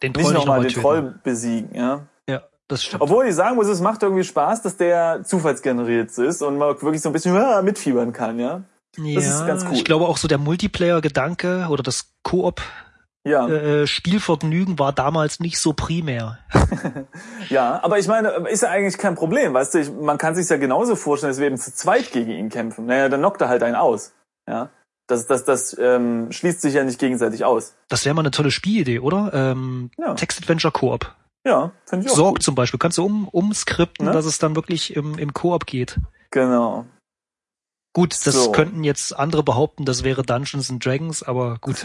[SPEAKER 2] Den Troll
[SPEAKER 1] nicht
[SPEAKER 2] nicht
[SPEAKER 1] nochmal
[SPEAKER 2] nochmal
[SPEAKER 1] den
[SPEAKER 2] töten.
[SPEAKER 1] Troll besiegen. Ja?
[SPEAKER 2] Ja, das stimmt.
[SPEAKER 1] Obwohl ich sagen muss, es macht irgendwie Spaß, dass der zufallsgeneriert ist und man wirklich so ein bisschen ah, mitfiebern kann. Ja?
[SPEAKER 2] ja,
[SPEAKER 1] das ist ganz cool.
[SPEAKER 2] Ich glaube auch so der Multiplayer-Gedanke oder das Koop
[SPEAKER 1] Ja.
[SPEAKER 2] Äh, Spielvergnügen war damals nicht so primär.
[SPEAKER 1] Ja, aber ich meine, ist ja eigentlich kein Problem, weißt du, ich, man kann sich ja genauso vorstellen, dass wir eben zu zweit gegen ihn kämpfen. Naja, dann knockt er halt einen aus. Ja. Das, das, das ähm, schließt sich ja nicht gegenseitig aus.
[SPEAKER 2] Das wäre mal eine tolle Spielidee, oder? Ähm,
[SPEAKER 1] Ja.
[SPEAKER 2] Text Adventure Koop.
[SPEAKER 1] Ja, finde ich auch.
[SPEAKER 2] Sorg zum Beispiel. Kannst du um, umskripten,
[SPEAKER 1] Ne?
[SPEAKER 2] dass es dann wirklich im, im Koop geht.
[SPEAKER 1] Genau.
[SPEAKER 2] Gut, das
[SPEAKER 1] So.
[SPEAKER 2] könnten jetzt andere behaupten, das wäre Dungeons and Dragons, aber gut.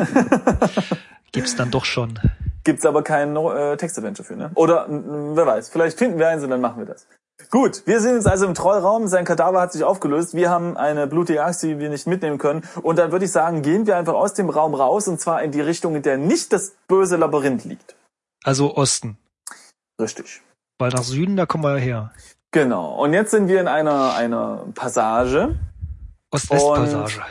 [SPEAKER 2] Gibt's dann doch schon.
[SPEAKER 1] Gibt's aber kein äh, Text-Adventure für, ne? Oder, m, wer weiß, vielleicht finden wir eins und dann machen wir das. Gut, wir sind jetzt also im Trollraum, sein Kadaver hat sich aufgelöst, wir haben eine blutige Axt, die wir nicht mitnehmen können und dann würde ich sagen, gehen wir einfach aus dem Raum raus und zwar in die Richtung, in der nicht das böse Labyrinth liegt.
[SPEAKER 2] Also Osten.
[SPEAKER 1] Richtig.
[SPEAKER 2] Weil nach Süden, da kommen wir ja her.
[SPEAKER 1] Genau, und jetzt sind wir in einer, einer Passage
[SPEAKER 2] Ost-West-Passage.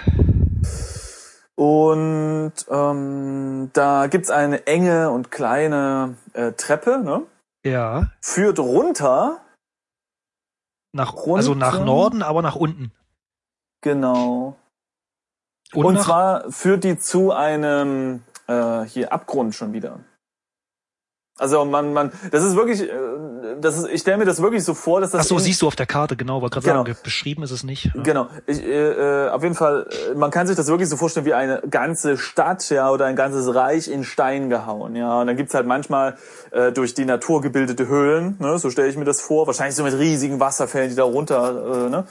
[SPEAKER 1] und ähm, da gibt's eine enge und kleine äh, Treppe, ne?
[SPEAKER 2] Ja.
[SPEAKER 1] führt runter
[SPEAKER 2] Nach,
[SPEAKER 1] Runter.
[SPEAKER 2] also nach Norden, aber nach unten.
[SPEAKER 1] Genau.
[SPEAKER 2] Und,
[SPEAKER 1] Und,
[SPEAKER 2] nach,
[SPEAKER 1] zwar führt die zu einem äh, hier Abgrund schon wieder. Also man, man, das ist wirklich, äh, das ist, ich stelle mir das wirklich so vor, dass das.
[SPEAKER 2] ach so,
[SPEAKER 1] in-
[SPEAKER 2] siehst du auf der Karte, genau, weil gerade
[SPEAKER 1] Genau.
[SPEAKER 2] sagen, beschrieben ist es nicht. Ja.
[SPEAKER 1] Genau. Ich, äh, äh, auf jeden Fall, äh, man kann sich das wirklich so vorstellen wie eine ganze Stadt, ja, oder ein ganzes Reich in Stein gehauen, ja. Und dann gibt's halt manchmal äh, durch die Natur gebildete Höhlen, ne, so stelle ich mir das vor, wahrscheinlich so mit riesigen Wasserfällen, die da runter, äh, ne,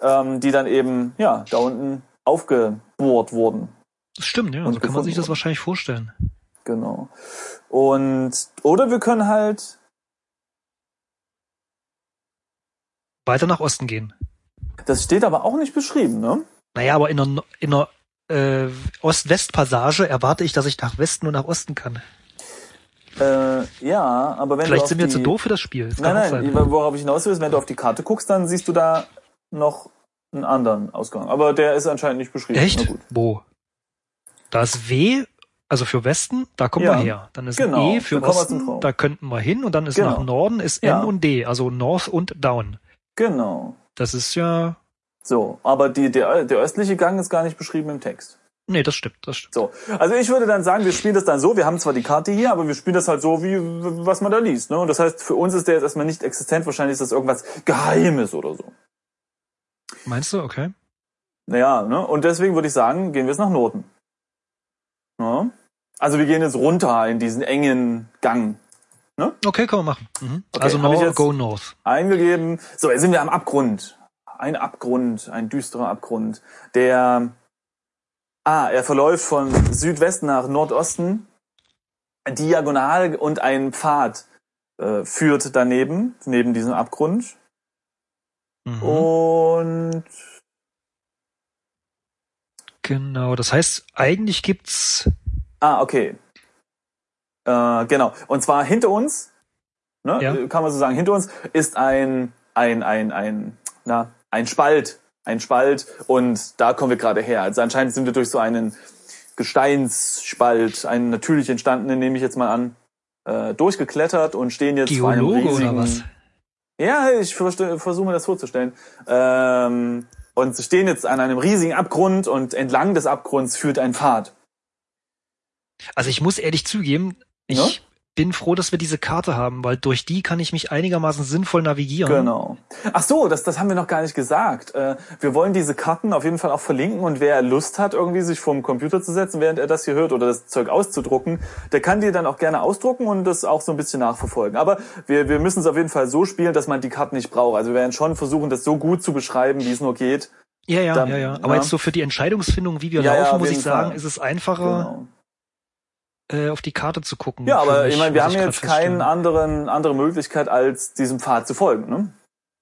[SPEAKER 1] ähm, die dann eben, ja, da unten aufgebohrt wurden.
[SPEAKER 2] Das stimmt, ja.
[SPEAKER 1] Und
[SPEAKER 2] So kann man sich
[SPEAKER 1] gefunden
[SPEAKER 2] das wahrscheinlich vorstellen.
[SPEAKER 1] Genau. Und oder wir können halt
[SPEAKER 2] Weiter nach Osten gehen.
[SPEAKER 1] das steht aber auch nicht beschrieben, ne?
[SPEAKER 2] Naja, aber in einer, No- in einer äh, Ost-West-Passage erwarte ich, dass ich nach Westen und nach Osten kann.
[SPEAKER 1] Äh, ja, aber wenn du
[SPEAKER 2] Vielleicht
[SPEAKER 1] auf
[SPEAKER 2] sind wir
[SPEAKER 1] die,
[SPEAKER 2] zu doof für das Spiel. Das
[SPEAKER 1] Nein,
[SPEAKER 2] kann auch
[SPEAKER 1] nein,
[SPEAKER 2] sein.
[SPEAKER 1] worauf ich hinaus will, ist, wenn du auf die Karte guckst, dann siehst du da noch einen anderen Ausgang, aber der ist anscheinend nicht beschrieben. Na
[SPEAKER 2] Echt?
[SPEAKER 1] gut.
[SPEAKER 2] Wo? Da ist W, also für Westen, da kommen
[SPEAKER 1] Ja,
[SPEAKER 2] wir her. Dann ist
[SPEAKER 1] genau.
[SPEAKER 2] E für
[SPEAKER 1] Dann kommen wir zum
[SPEAKER 2] Osten,
[SPEAKER 1] Traum.
[SPEAKER 2] da könnten wir hin. Und dann ist
[SPEAKER 1] Genau.
[SPEAKER 2] nach Norden ist
[SPEAKER 1] Ja.
[SPEAKER 2] N und D, also North und Down.
[SPEAKER 1] Genau.
[SPEAKER 2] Das ist ja...
[SPEAKER 1] So, aber die, der, der östliche Gang ist gar nicht beschrieben im Text.
[SPEAKER 2] Nee, das stimmt, das stimmt.
[SPEAKER 1] So, also ich würde dann sagen, wir spielen das dann so. Wir haben zwar die Karte hier, aber wir spielen das halt so, wie was man da liest. Ne? Und das heißt, für uns ist der jetzt erstmal nicht existent. Wahrscheinlich ist das irgendwas Geheimes oder so.
[SPEAKER 2] Meinst du? Okay.
[SPEAKER 1] Naja, ne? Und deswegen würde ich sagen, gehen wir jetzt nach Norden. Ja? Also wir gehen jetzt runter in diesen engen Gang.
[SPEAKER 2] Okay, kann man machen. Mhm.
[SPEAKER 1] Okay,
[SPEAKER 2] also
[SPEAKER 1] hab ich
[SPEAKER 2] Nor
[SPEAKER 1] jetzt-
[SPEAKER 2] go North.
[SPEAKER 1] Eingegeben. So, jetzt sind wir am Abgrund. Ein Abgrund, ein düsterer Abgrund, der. Ah, er verläuft von Südwesten nach Nordosten diagonal und ein Pfad äh, führt daneben, neben diesem Abgrund.
[SPEAKER 2] Mhm.
[SPEAKER 1] Oh, Und
[SPEAKER 2] Genau, das heißt, eigentlich gibt's...
[SPEAKER 1] Ah, okay. Äh, genau. Und zwar hinter uns, ne,
[SPEAKER 2] Ja.
[SPEAKER 1] kann man so sagen, hinter uns ist ein, ein, ein, ein, na, ein Spalt. Ein Spalt und da kommen wir gerade her. Also anscheinend sind wir durch so einen Gesteinsspalt, einen natürlich entstandenen, nehme ich jetzt mal an, äh, durchgeklettert und stehen jetzt vor einem
[SPEAKER 2] Geologe oder
[SPEAKER 1] riesigen-
[SPEAKER 2] was?
[SPEAKER 1] Ja, ich verste- versuche mir das vorzustellen. Ähm, und sie stehen jetzt an einem riesigen Abgrund und entlang des Abgrunds führt ein Pfad.
[SPEAKER 2] Also ich muss ehrlich zugeben, ich
[SPEAKER 1] Ja?
[SPEAKER 2] bin froh, dass wir diese Karte haben, weil durch die kann ich mich einigermaßen sinnvoll navigieren.
[SPEAKER 1] Genau. Ach so, das, das haben wir noch gar nicht gesagt. Äh, wir wollen diese Karten auf jeden Fall auch verlinken und wer Lust hat, irgendwie sich vorm Computer zu setzen, während er das hier hört oder das Zeug auszudrucken, der kann die dann auch gerne ausdrucken und das auch so ein bisschen nachverfolgen. Aber wir, wir müssen es auf jeden Fall so spielen, dass man die Karten nicht braucht. Also wir werden schon versuchen, das so gut zu beschreiben, wie es nur geht.
[SPEAKER 2] Ja, ja,
[SPEAKER 1] Dann-
[SPEAKER 2] ja, ja. Aber
[SPEAKER 1] ja.
[SPEAKER 2] jetzt so für die Entscheidungsfindung, wie wir
[SPEAKER 1] Ja, ja,
[SPEAKER 2] laufen,
[SPEAKER 1] auf
[SPEAKER 2] muss ich
[SPEAKER 1] jeden
[SPEAKER 2] sagen,
[SPEAKER 1] Fall.
[SPEAKER 2] ist es einfacher,
[SPEAKER 1] Genau.
[SPEAKER 2] äh, auf die Karte zu gucken.
[SPEAKER 1] Ja,
[SPEAKER 2] für
[SPEAKER 1] aber
[SPEAKER 2] mich,
[SPEAKER 1] ich meine, wir
[SPEAKER 2] muss
[SPEAKER 1] haben
[SPEAKER 2] grad
[SPEAKER 1] jetzt keine
[SPEAKER 2] feststellen.
[SPEAKER 1] anderen, andere Möglichkeit, als diesem Pfad zu folgen. Ne?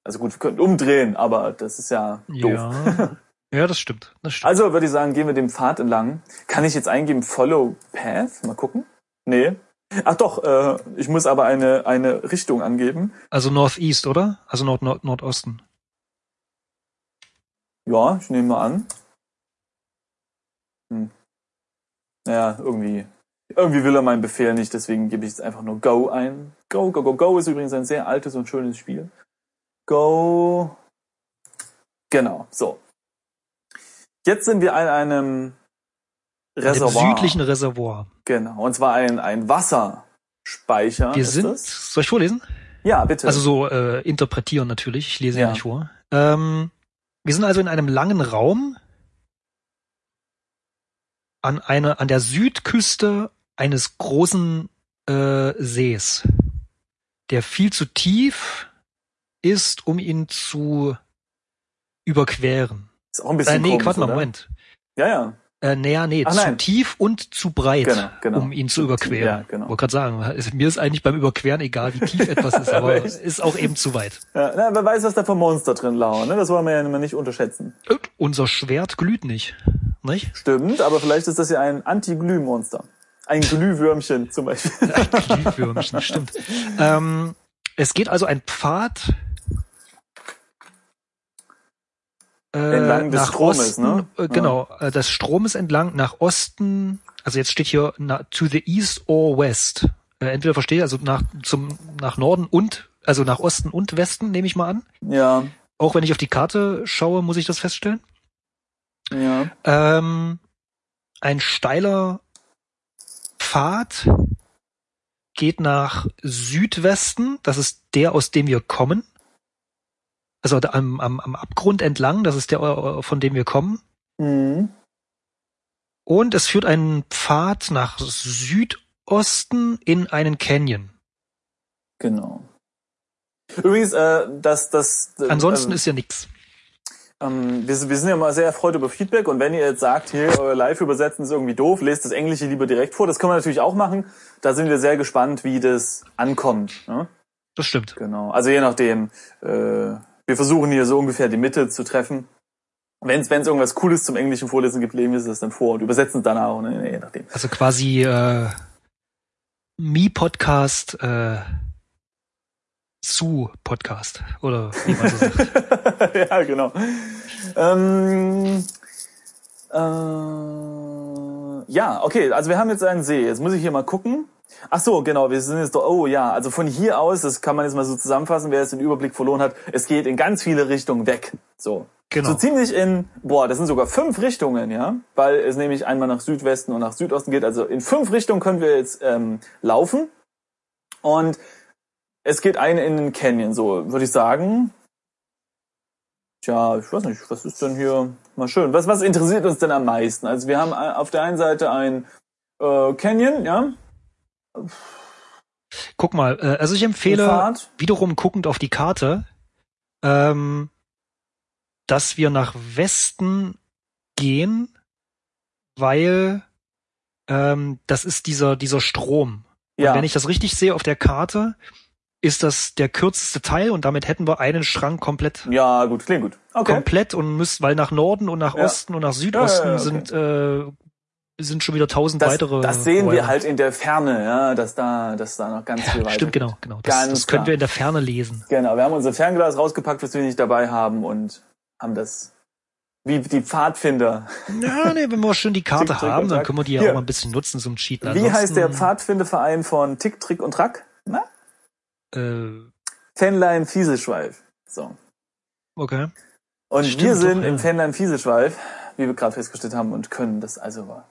[SPEAKER 1] Also gut, wir könnten umdrehen, aber das ist ja doof.
[SPEAKER 2] Ja. ja, das stimmt. Das stimmt.
[SPEAKER 1] Also würde ich sagen, gehen wir dem Pfad entlang. Kann ich jetzt eingeben Follow Path? Mal gucken. Nee. Ach doch, äh, ich muss aber eine, eine Richtung angeben.
[SPEAKER 2] Also Northeast, oder? Also Nord Nord Nordosten.
[SPEAKER 1] Ja, ich nehme mal an. Hm. Naja, irgendwie. Irgendwie will er meinen Befehl nicht, deswegen gebe ich jetzt einfach nur Go ein. Go, Go, Go, Go ist übrigens ein sehr altes und schönes Spiel. Go. Genau, so. Jetzt sind wir an einem
[SPEAKER 2] Dem
[SPEAKER 1] Reservoir.
[SPEAKER 2] südlichen Reservoir.
[SPEAKER 1] Genau. Und zwar ein, ein Wasserspeicher.
[SPEAKER 2] Wir
[SPEAKER 1] ist
[SPEAKER 2] sind.
[SPEAKER 1] Das?
[SPEAKER 2] Soll ich vorlesen?
[SPEAKER 1] Ja, bitte.
[SPEAKER 2] Also so äh, interpretieren natürlich. Ich lese ja,
[SPEAKER 1] Ja.
[SPEAKER 2] nicht vor. Ähm, wir sind also in einem langen Raum an einer an der Südküste eines großen äh, Sees, der viel zu tief ist, um ihn zu überqueren.
[SPEAKER 1] ist auch ein bisschen
[SPEAKER 2] Äh, nee,
[SPEAKER 1] komisch,
[SPEAKER 2] warte mal,
[SPEAKER 1] oder?
[SPEAKER 2] Moment.
[SPEAKER 1] Ja, ja.
[SPEAKER 2] Äh, naja, nee,
[SPEAKER 1] Ach,
[SPEAKER 2] zu
[SPEAKER 1] nein.
[SPEAKER 2] tief und zu breit,
[SPEAKER 1] Genau, genau.
[SPEAKER 2] um ihn zu
[SPEAKER 1] Zu
[SPEAKER 2] überqueren.
[SPEAKER 1] tief, ja, genau.
[SPEAKER 2] Wollte gerade sagen, ist, mir ist eigentlich beim Überqueren egal, wie tief etwas ist, aber
[SPEAKER 1] Echt?
[SPEAKER 2] ist auch eben zu weit.
[SPEAKER 1] ja na, wer weiß, was da für Monster drin lauern. Ne? Das wollen wir ja immer nicht unterschätzen.
[SPEAKER 2] Und unser Schwert glüht nicht, nicht?
[SPEAKER 1] Stimmt, aber vielleicht ist das ja ein Anti-Glühmonster. Ein Glühwürmchen zum Beispiel.
[SPEAKER 2] Glühwürmchen, stimmt. Ähm, es geht also ein Pfad äh,
[SPEAKER 1] Entlang des
[SPEAKER 2] nach
[SPEAKER 1] Stromes,
[SPEAKER 2] Osten,
[SPEAKER 1] ne?
[SPEAKER 2] äh, Genau, äh, des Stromes entlang nach Osten. Also jetzt steht hier na, to the east or west. Äh, entweder verstehe ich, also nach zum nach Norden und also nach Osten und Westen nehme ich mal an.
[SPEAKER 1] ja,
[SPEAKER 2] Auch wenn ich auf die Karte schaue, muss ich das feststellen.
[SPEAKER 1] ja.
[SPEAKER 2] Ähm, ein steiler Pfad geht nach Südwesten. Das ist der, aus dem wir kommen. Also da am, am, am Abgrund entlang. Das ist der, äh, von dem wir kommen.
[SPEAKER 1] Mhm.
[SPEAKER 2] Und es führt einen Pfad nach Südosten in einen Canyon.
[SPEAKER 1] Genau. Übrigens, äh, das, das. äh,
[SPEAKER 2] Ansonsten
[SPEAKER 1] ähm,
[SPEAKER 2] ist ja nichts.
[SPEAKER 1] Ähm, wir, wir sind ja mal sehr erfreut über Feedback und wenn ihr jetzt sagt, hier, euer Live-Übersetzen ist irgendwie doof, lest das Englische lieber direkt vor. Das können wir natürlich auch machen. Da sind wir sehr gespannt, wie das ankommt. Ne?
[SPEAKER 2] Das stimmt.
[SPEAKER 1] Genau. Also je nachdem. Äh, wir versuchen hier so ungefähr die Mitte zu treffen. Wenn es irgendwas Cooles zum englischen Vorlesen gibt, lesen wir das dann vor und übersetzen es dann auch, ne? je nachdem.
[SPEAKER 2] Also quasi äh, Mi-Podcast äh, zu Podcast. Oder wie man so sagt.
[SPEAKER 1] ja, genau. Ähm, äh, ja, okay, also wir haben jetzt einen See. Jetzt muss ich hier mal gucken. Ach so, genau, wir sind jetzt doch, oh ja, also von hier aus, das kann man jetzt mal so zusammenfassen, wer jetzt den Überblick verloren hat, es geht in ganz viele Richtungen weg. So.
[SPEAKER 2] Genau.
[SPEAKER 1] So ziemlich in, boah, das sind sogar fünf Richtungen, ja, weil es nämlich einmal nach Südwesten und nach Südosten geht. Also in fünf Richtungen können wir jetzt ähm, laufen. Und es geht eine in den Canyon, so würde ich sagen. Tja, ich weiß nicht, was ist denn hier mal schön? Was, was interessiert uns denn am meisten? Also wir haben äh, auf der einen Seite ein äh, Canyon, ja,
[SPEAKER 2] Guck mal, äh, also ich
[SPEAKER 1] eine
[SPEAKER 2] empfehle
[SPEAKER 1] Fahrt.
[SPEAKER 2] wiederum guckend auf die Karte, ähm, dass wir nach Westen gehen, weil ähm, das ist dieser dieser Strom.
[SPEAKER 1] Ja,
[SPEAKER 2] Und wenn ich das richtig sehe auf der Karte, ist das der kürzeste Teil und damit hätten wir einen Strang komplett
[SPEAKER 1] ja, gut, klingt gut. Okay.
[SPEAKER 2] komplett und müssen, weil nach Norden und nach
[SPEAKER 1] Ja.
[SPEAKER 2] Osten und nach Südosten
[SPEAKER 1] ja, okay.
[SPEAKER 2] sind äh, sind schon wieder tausend
[SPEAKER 1] Das,
[SPEAKER 2] weitere.
[SPEAKER 1] das sehen wir
[SPEAKER 2] Bäume.
[SPEAKER 1] halt in der Ferne, ja, dass da, dass da noch ganz viel weiter.
[SPEAKER 2] Stimmt genau, genau. Das,
[SPEAKER 1] Ganz
[SPEAKER 2] das können
[SPEAKER 1] klar.
[SPEAKER 2] wir in der Ferne lesen.
[SPEAKER 1] Genau, wir haben unser Fernglas rausgepackt, was wir nicht dabei haben und haben das wie die Pfadfinder.
[SPEAKER 2] Ja, nee, wenn wir schon die Karte
[SPEAKER 1] Tick, Trick
[SPEAKER 2] haben,
[SPEAKER 1] und
[SPEAKER 2] dann
[SPEAKER 1] Track.
[SPEAKER 2] können wir die ja
[SPEAKER 1] Hier.
[SPEAKER 2] auch mal ein bisschen nutzen zum Cheaten.
[SPEAKER 1] Wie heißt der
[SPEAKER 2] Ansonsten,
[SPEAKER 1] Pfadfinderverein von Tick, Trick und Track? Na?
[SPEAKER 2] Äh,
[SPEAKER 1] Fähnlein Fieselschweif. So.
[SPEAKER 2] okay.
[SPEAKER 1] Und
[SPEAKER 2] Stimmt
[SPEAKER 1] wir
[SPEAKER 2] doch,
[SPEAKER 1] sind
[SPEAKER 2] ja.
[SPEAKER 1] im Fähnlein Fieselschweif, wie wir gerade festgestellt haben, und können das also mal-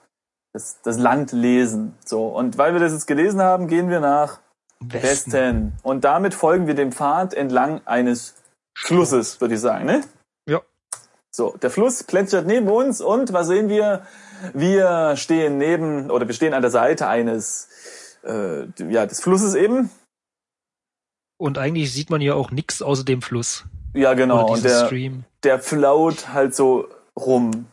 [SPEAKER 1] das, das Land lesen. So. Und weil wir das jetzt gelesen haben, gehen wir nach
[SPEAKER 2] Westen.
[SPEAKER 1] Westen. Und damit folgen wir dem Pfad entlang eines Flusses, würde ich sagen, ne?
[SPEAKER 2] Ja.
[SPEAKER 1] So, der Fluss plätschert neben uns und was sehen wir? Wir stehen neben oder wir stehen an der Seite eines äh, ja, des Flusses eben.
[SPEAKER 2] Und eigentlich sieht man ja auch nichts außer dem Fluss.
[SPEAKER 1] Ja, genau.
[SPEAKER 2] oder
[SPEAKER 1] Und
[SPEAKER 2] diesem
[SPEAKER 1] der,
[SPEAKER 2] Stream.
[SPEAKER 1] der flaut halt so rum.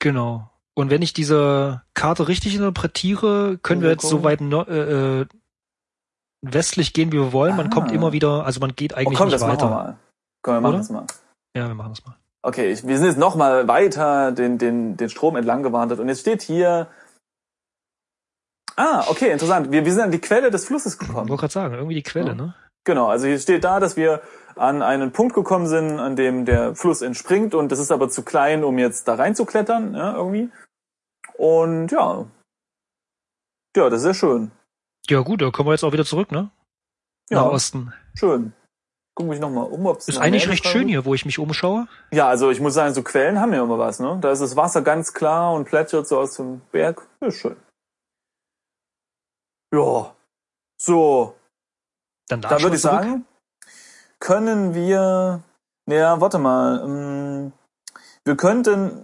[SPEAKER 2] Genau. Und wenn ich diese Karte richtig interpretiere, können wir
[SPEAKER 1] Mal
[SPEAKER 2] jetzt so
[SPEAKER 1] gucken.
[SPEAKER 2] weit no äh, äh, westlich gehen, wie wir wollen. Man
[SPEAKER 1] Ah.
[SPEAKER 2] kommt immer wieder, also man geht
[SPEAKER 1] Oh
[SPEAKER 2] eigentlich
[SPEAKER 1] komm,
[SPEAKER 2] nicht
[SPEAKER 1] das machen wir
[SPEAKER 2] weiter.
[SPEAKER 1] mal. Komm, wir machen
[SPEAKER 2] Oder?
[SPEAKER 1] das mal.
[SPEAKER 2] Ja, wir machen das mal.
[SPEAKER 1] Okay, ich, wir sind jetzt nochmal weiter den, den, den Strom entlang gewandert und jetzt steht hier. Ah, okay, interessant. Wir, wir sind an die Quelle des Flusses
[SPEAKER 2] Ich
[SPEAKER 1] gekommen.
[SPEAKER 2] wollte gerade sagen, irgendwie die Quelle,
[SPEAKER 1] Ja.
[SPEAKER 2] ne?
[SPEAKER 1] Genau, also hier steht da, dass wir an einen Punkt gekommen sind, an dem der Fluss entspringt und das ist aber zu klein, um jetzt da reinzuklettern, ja, irgendwie. Und ja. Ja, das ist ja schön.
[SPEAKER 2] Ja gut, da kommen wir jetzt auch wieder zurück, ne?
[SPEAKER 1] Ja,
[SPEAKER 2] Nach Osten.
[SPEAKER 1] schön. gucke mich nochmal um, ob es.
[SPEAKER 2] Ist eigentlich recht schön hier, wo ich mich umschaue.
[SPEAKER 1] Ja, also ich muss sagen, so Quellen haben ja immer was, ne? Da ist das Wasser ganz klar und plätschert so aus dem Berg. Ist schön. Ja. So,
[SPEAKER 2] Dann lag
[SPEAKER 1] dann
[SPEAKER 2] mal
[SPEAKER 1] würde ich
[SPEAKER 2] zurück.
[SPEAKER 1] sagen, können wir. Ja, warte mal. ähm, Wir könnten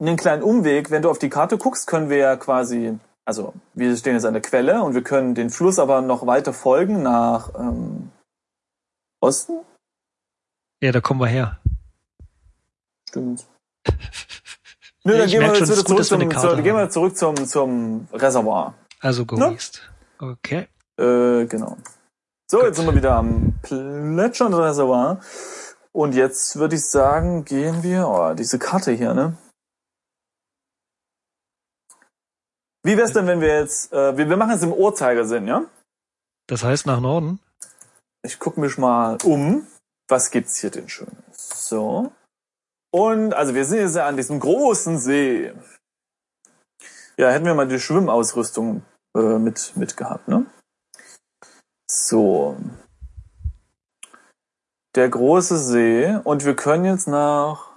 [SPEAKER 1] einen kleinen Umweg, wenn du auf die Karte guckst, können wir ja quasi. Also, wir stehen jetzt an der Quelle und wir können den Fluss aber noch weiter folgen nach ähm, Osten.
[SPEAKER 2] Ja, da kommen wir her.
[SPEAKER 1] Stimmt. Nö,
[SPEAKER 2] Ja,
[SPEAKER 1] dann
[SPEAKER 2] ich
[SPEAKER 1] gehen wir jetzt
[SPEAKER 2] merk schon, es
[SPEAKER 1] wieder
[SPEAKER 2] ist gut,
[SPEAKER 1] zurück
[SPEAKER 2] dass wir eine
[SPEAKER 1] zum,
[SPEAKER 2] Karte
[SPEAKER 1] zur, gehen wir
[SPEAKER 2] haben.
[SPEAKER 1] zurück zum, zum Reservoir.
[SPEAKER 2] Also go
[SPEAKER 1] Ne?
[SPEAKER 2] east. Okay.
[SPEAKER 1] Äh, genau. So, jetzt sind wir wieder am Plätschern Reservoir. Und jetzt würde ich sagen, gehen wir. Oh, diese Karte hier, ne? Wie wär's denn, wenn wir jetzt. Äh, wir, wir machen es im Uhrzeigersinn, ja?
[SPEAKER 2] Das heißt nach Norden.
[SPEAKER 1] Ich gucke mich mal um. Was gibt's hier denn Schönes? So. Und, also wir sind jetzt ja an diesem großen See. Ja, hätten wir mal die Schwimmausrüstung äh, mit, mit gehabt, ne? So. Der große See. Und wir können jetzt nach,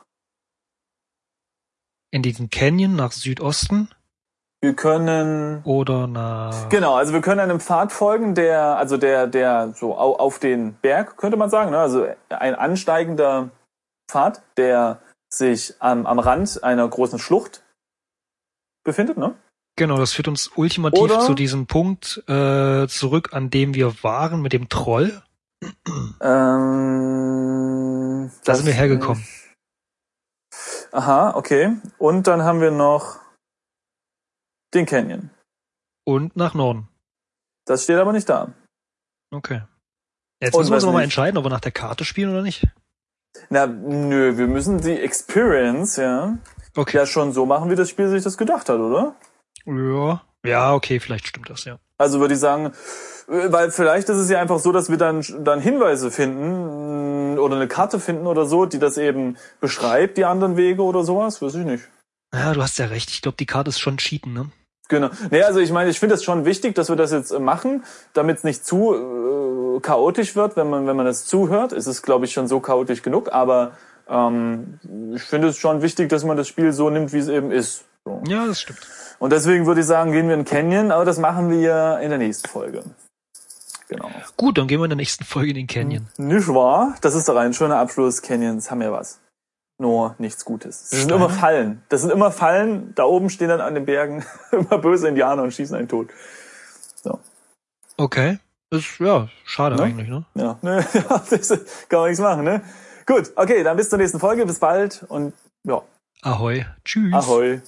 [SPEAKER 2] In diesen Canyon nach Südosten
[SPEAKER 1] wir können
[SPEAKER 2] oder nach.
[SPEAKER 1] Genau, also wir können einem Pfad folgen, der, also der, der so au- auf den Berg, könnte man sagen, ne? also ein ansteigender Pfad, der sich am, am Rand einer großen Schlucht befindet, ne?
[SPEAKER 2] Genau, das führt uns ultimativ
[SPEAKER 1] Oder-
[SPEAKER 2] zu diesem Punkt äh, zurück, an dem wir waren mit dem Troll.
[SPEAKER 1] Ähm,
[SPEAKER 2] Da sind wir hergekommen.
[SPEAKER 1] Aha, okay. Und dann haben wir noch den Canyon.
[SPEAKER 2] Und nach Norden.
[SPEAKER 1] Das steht aber nicht da.
[SPEAKER 2] Okay. Jetzt
[SPEAKER 1] Und
[SPEAKER 2] müssen wir
[SPEAKER 1] was
[SPEAKER 2] uns aber mal
[SPEAKER 1] nicht.
[SPEAKER 2] entscheiden, ob wir nach der Karte spielen oder nicht.
[SPEAKER 1] Na, nö, wir müssen die Experience, ja,
[SPEAKER 2] Okay.
[SPEAKER 1] ja schon so machen, wie das Spiel sich das gedacht hat, oder?
[SPEAKER 2] Ja. Ja, okay, vielleicht stimmt das, ja.
[SPEAKER 1] Also würde ich sagen, äh, weil vielleicht ist es ja einfach so, dass wir dann, dann Hinweise finden mh, oder eine Karte finden oder so, die das eben beschreibt, die anderen Wege oder sowas, weiß ich nicht.
[SPEAKER 2] Ja, du hast ja recht. Ich glaube, die Karte ist schon Cheaten, ne?
[SPEAKER 1] Genau. Nee, also ich meine, ich finde es schon wichtig, dass wir das jetzt äh, machen, damit es nicht zu äh, chaotisch wird, wenn man, wenn man das zuhört. Es ist, glaube ich, schon so chaotisch genug, aber ähm, ich finde es schon wichtig, dass man das Spiel so nimmt, wie es eben ist. So.
[SPEAKER 2] Ja, das stimmt.
[SPEAKER 1] Und deswegen würde ich sagen, gehen wir in Canyon, aber das machen wir in der nächsten Folge. Genau.
[SPEAKER 2] Gut, dann gehen wir in der nächsten Folge in den Canyon.
[SPEAKER 1] Nicht wahr? Das ist doch ein schöner Abschluss. Canyons haben ja was. Nur nichts Gutes. Das sind
[SPEAKER 2] Steine?
[SPEAKER 1] immer Fallen. Das sind immer Fallen. Da oben stehen dann an den Bergen immer böse Indianer und schießen einen tot.
[SPEAKER 2] Okay. Ist, ja, schade
[SPEAKER 1] Ne?
[SPEAKER 2] eigentlich, ne?
[SPEAKER 1] Ja, ne, das ist- kann man nichts machen, ne? Gut, okay, dann bis zur nächsten Folge. Bis bald und ja,
[SPEAKER 2] Ahoi. Tschüss.
[SPEAKER 1] ahoi.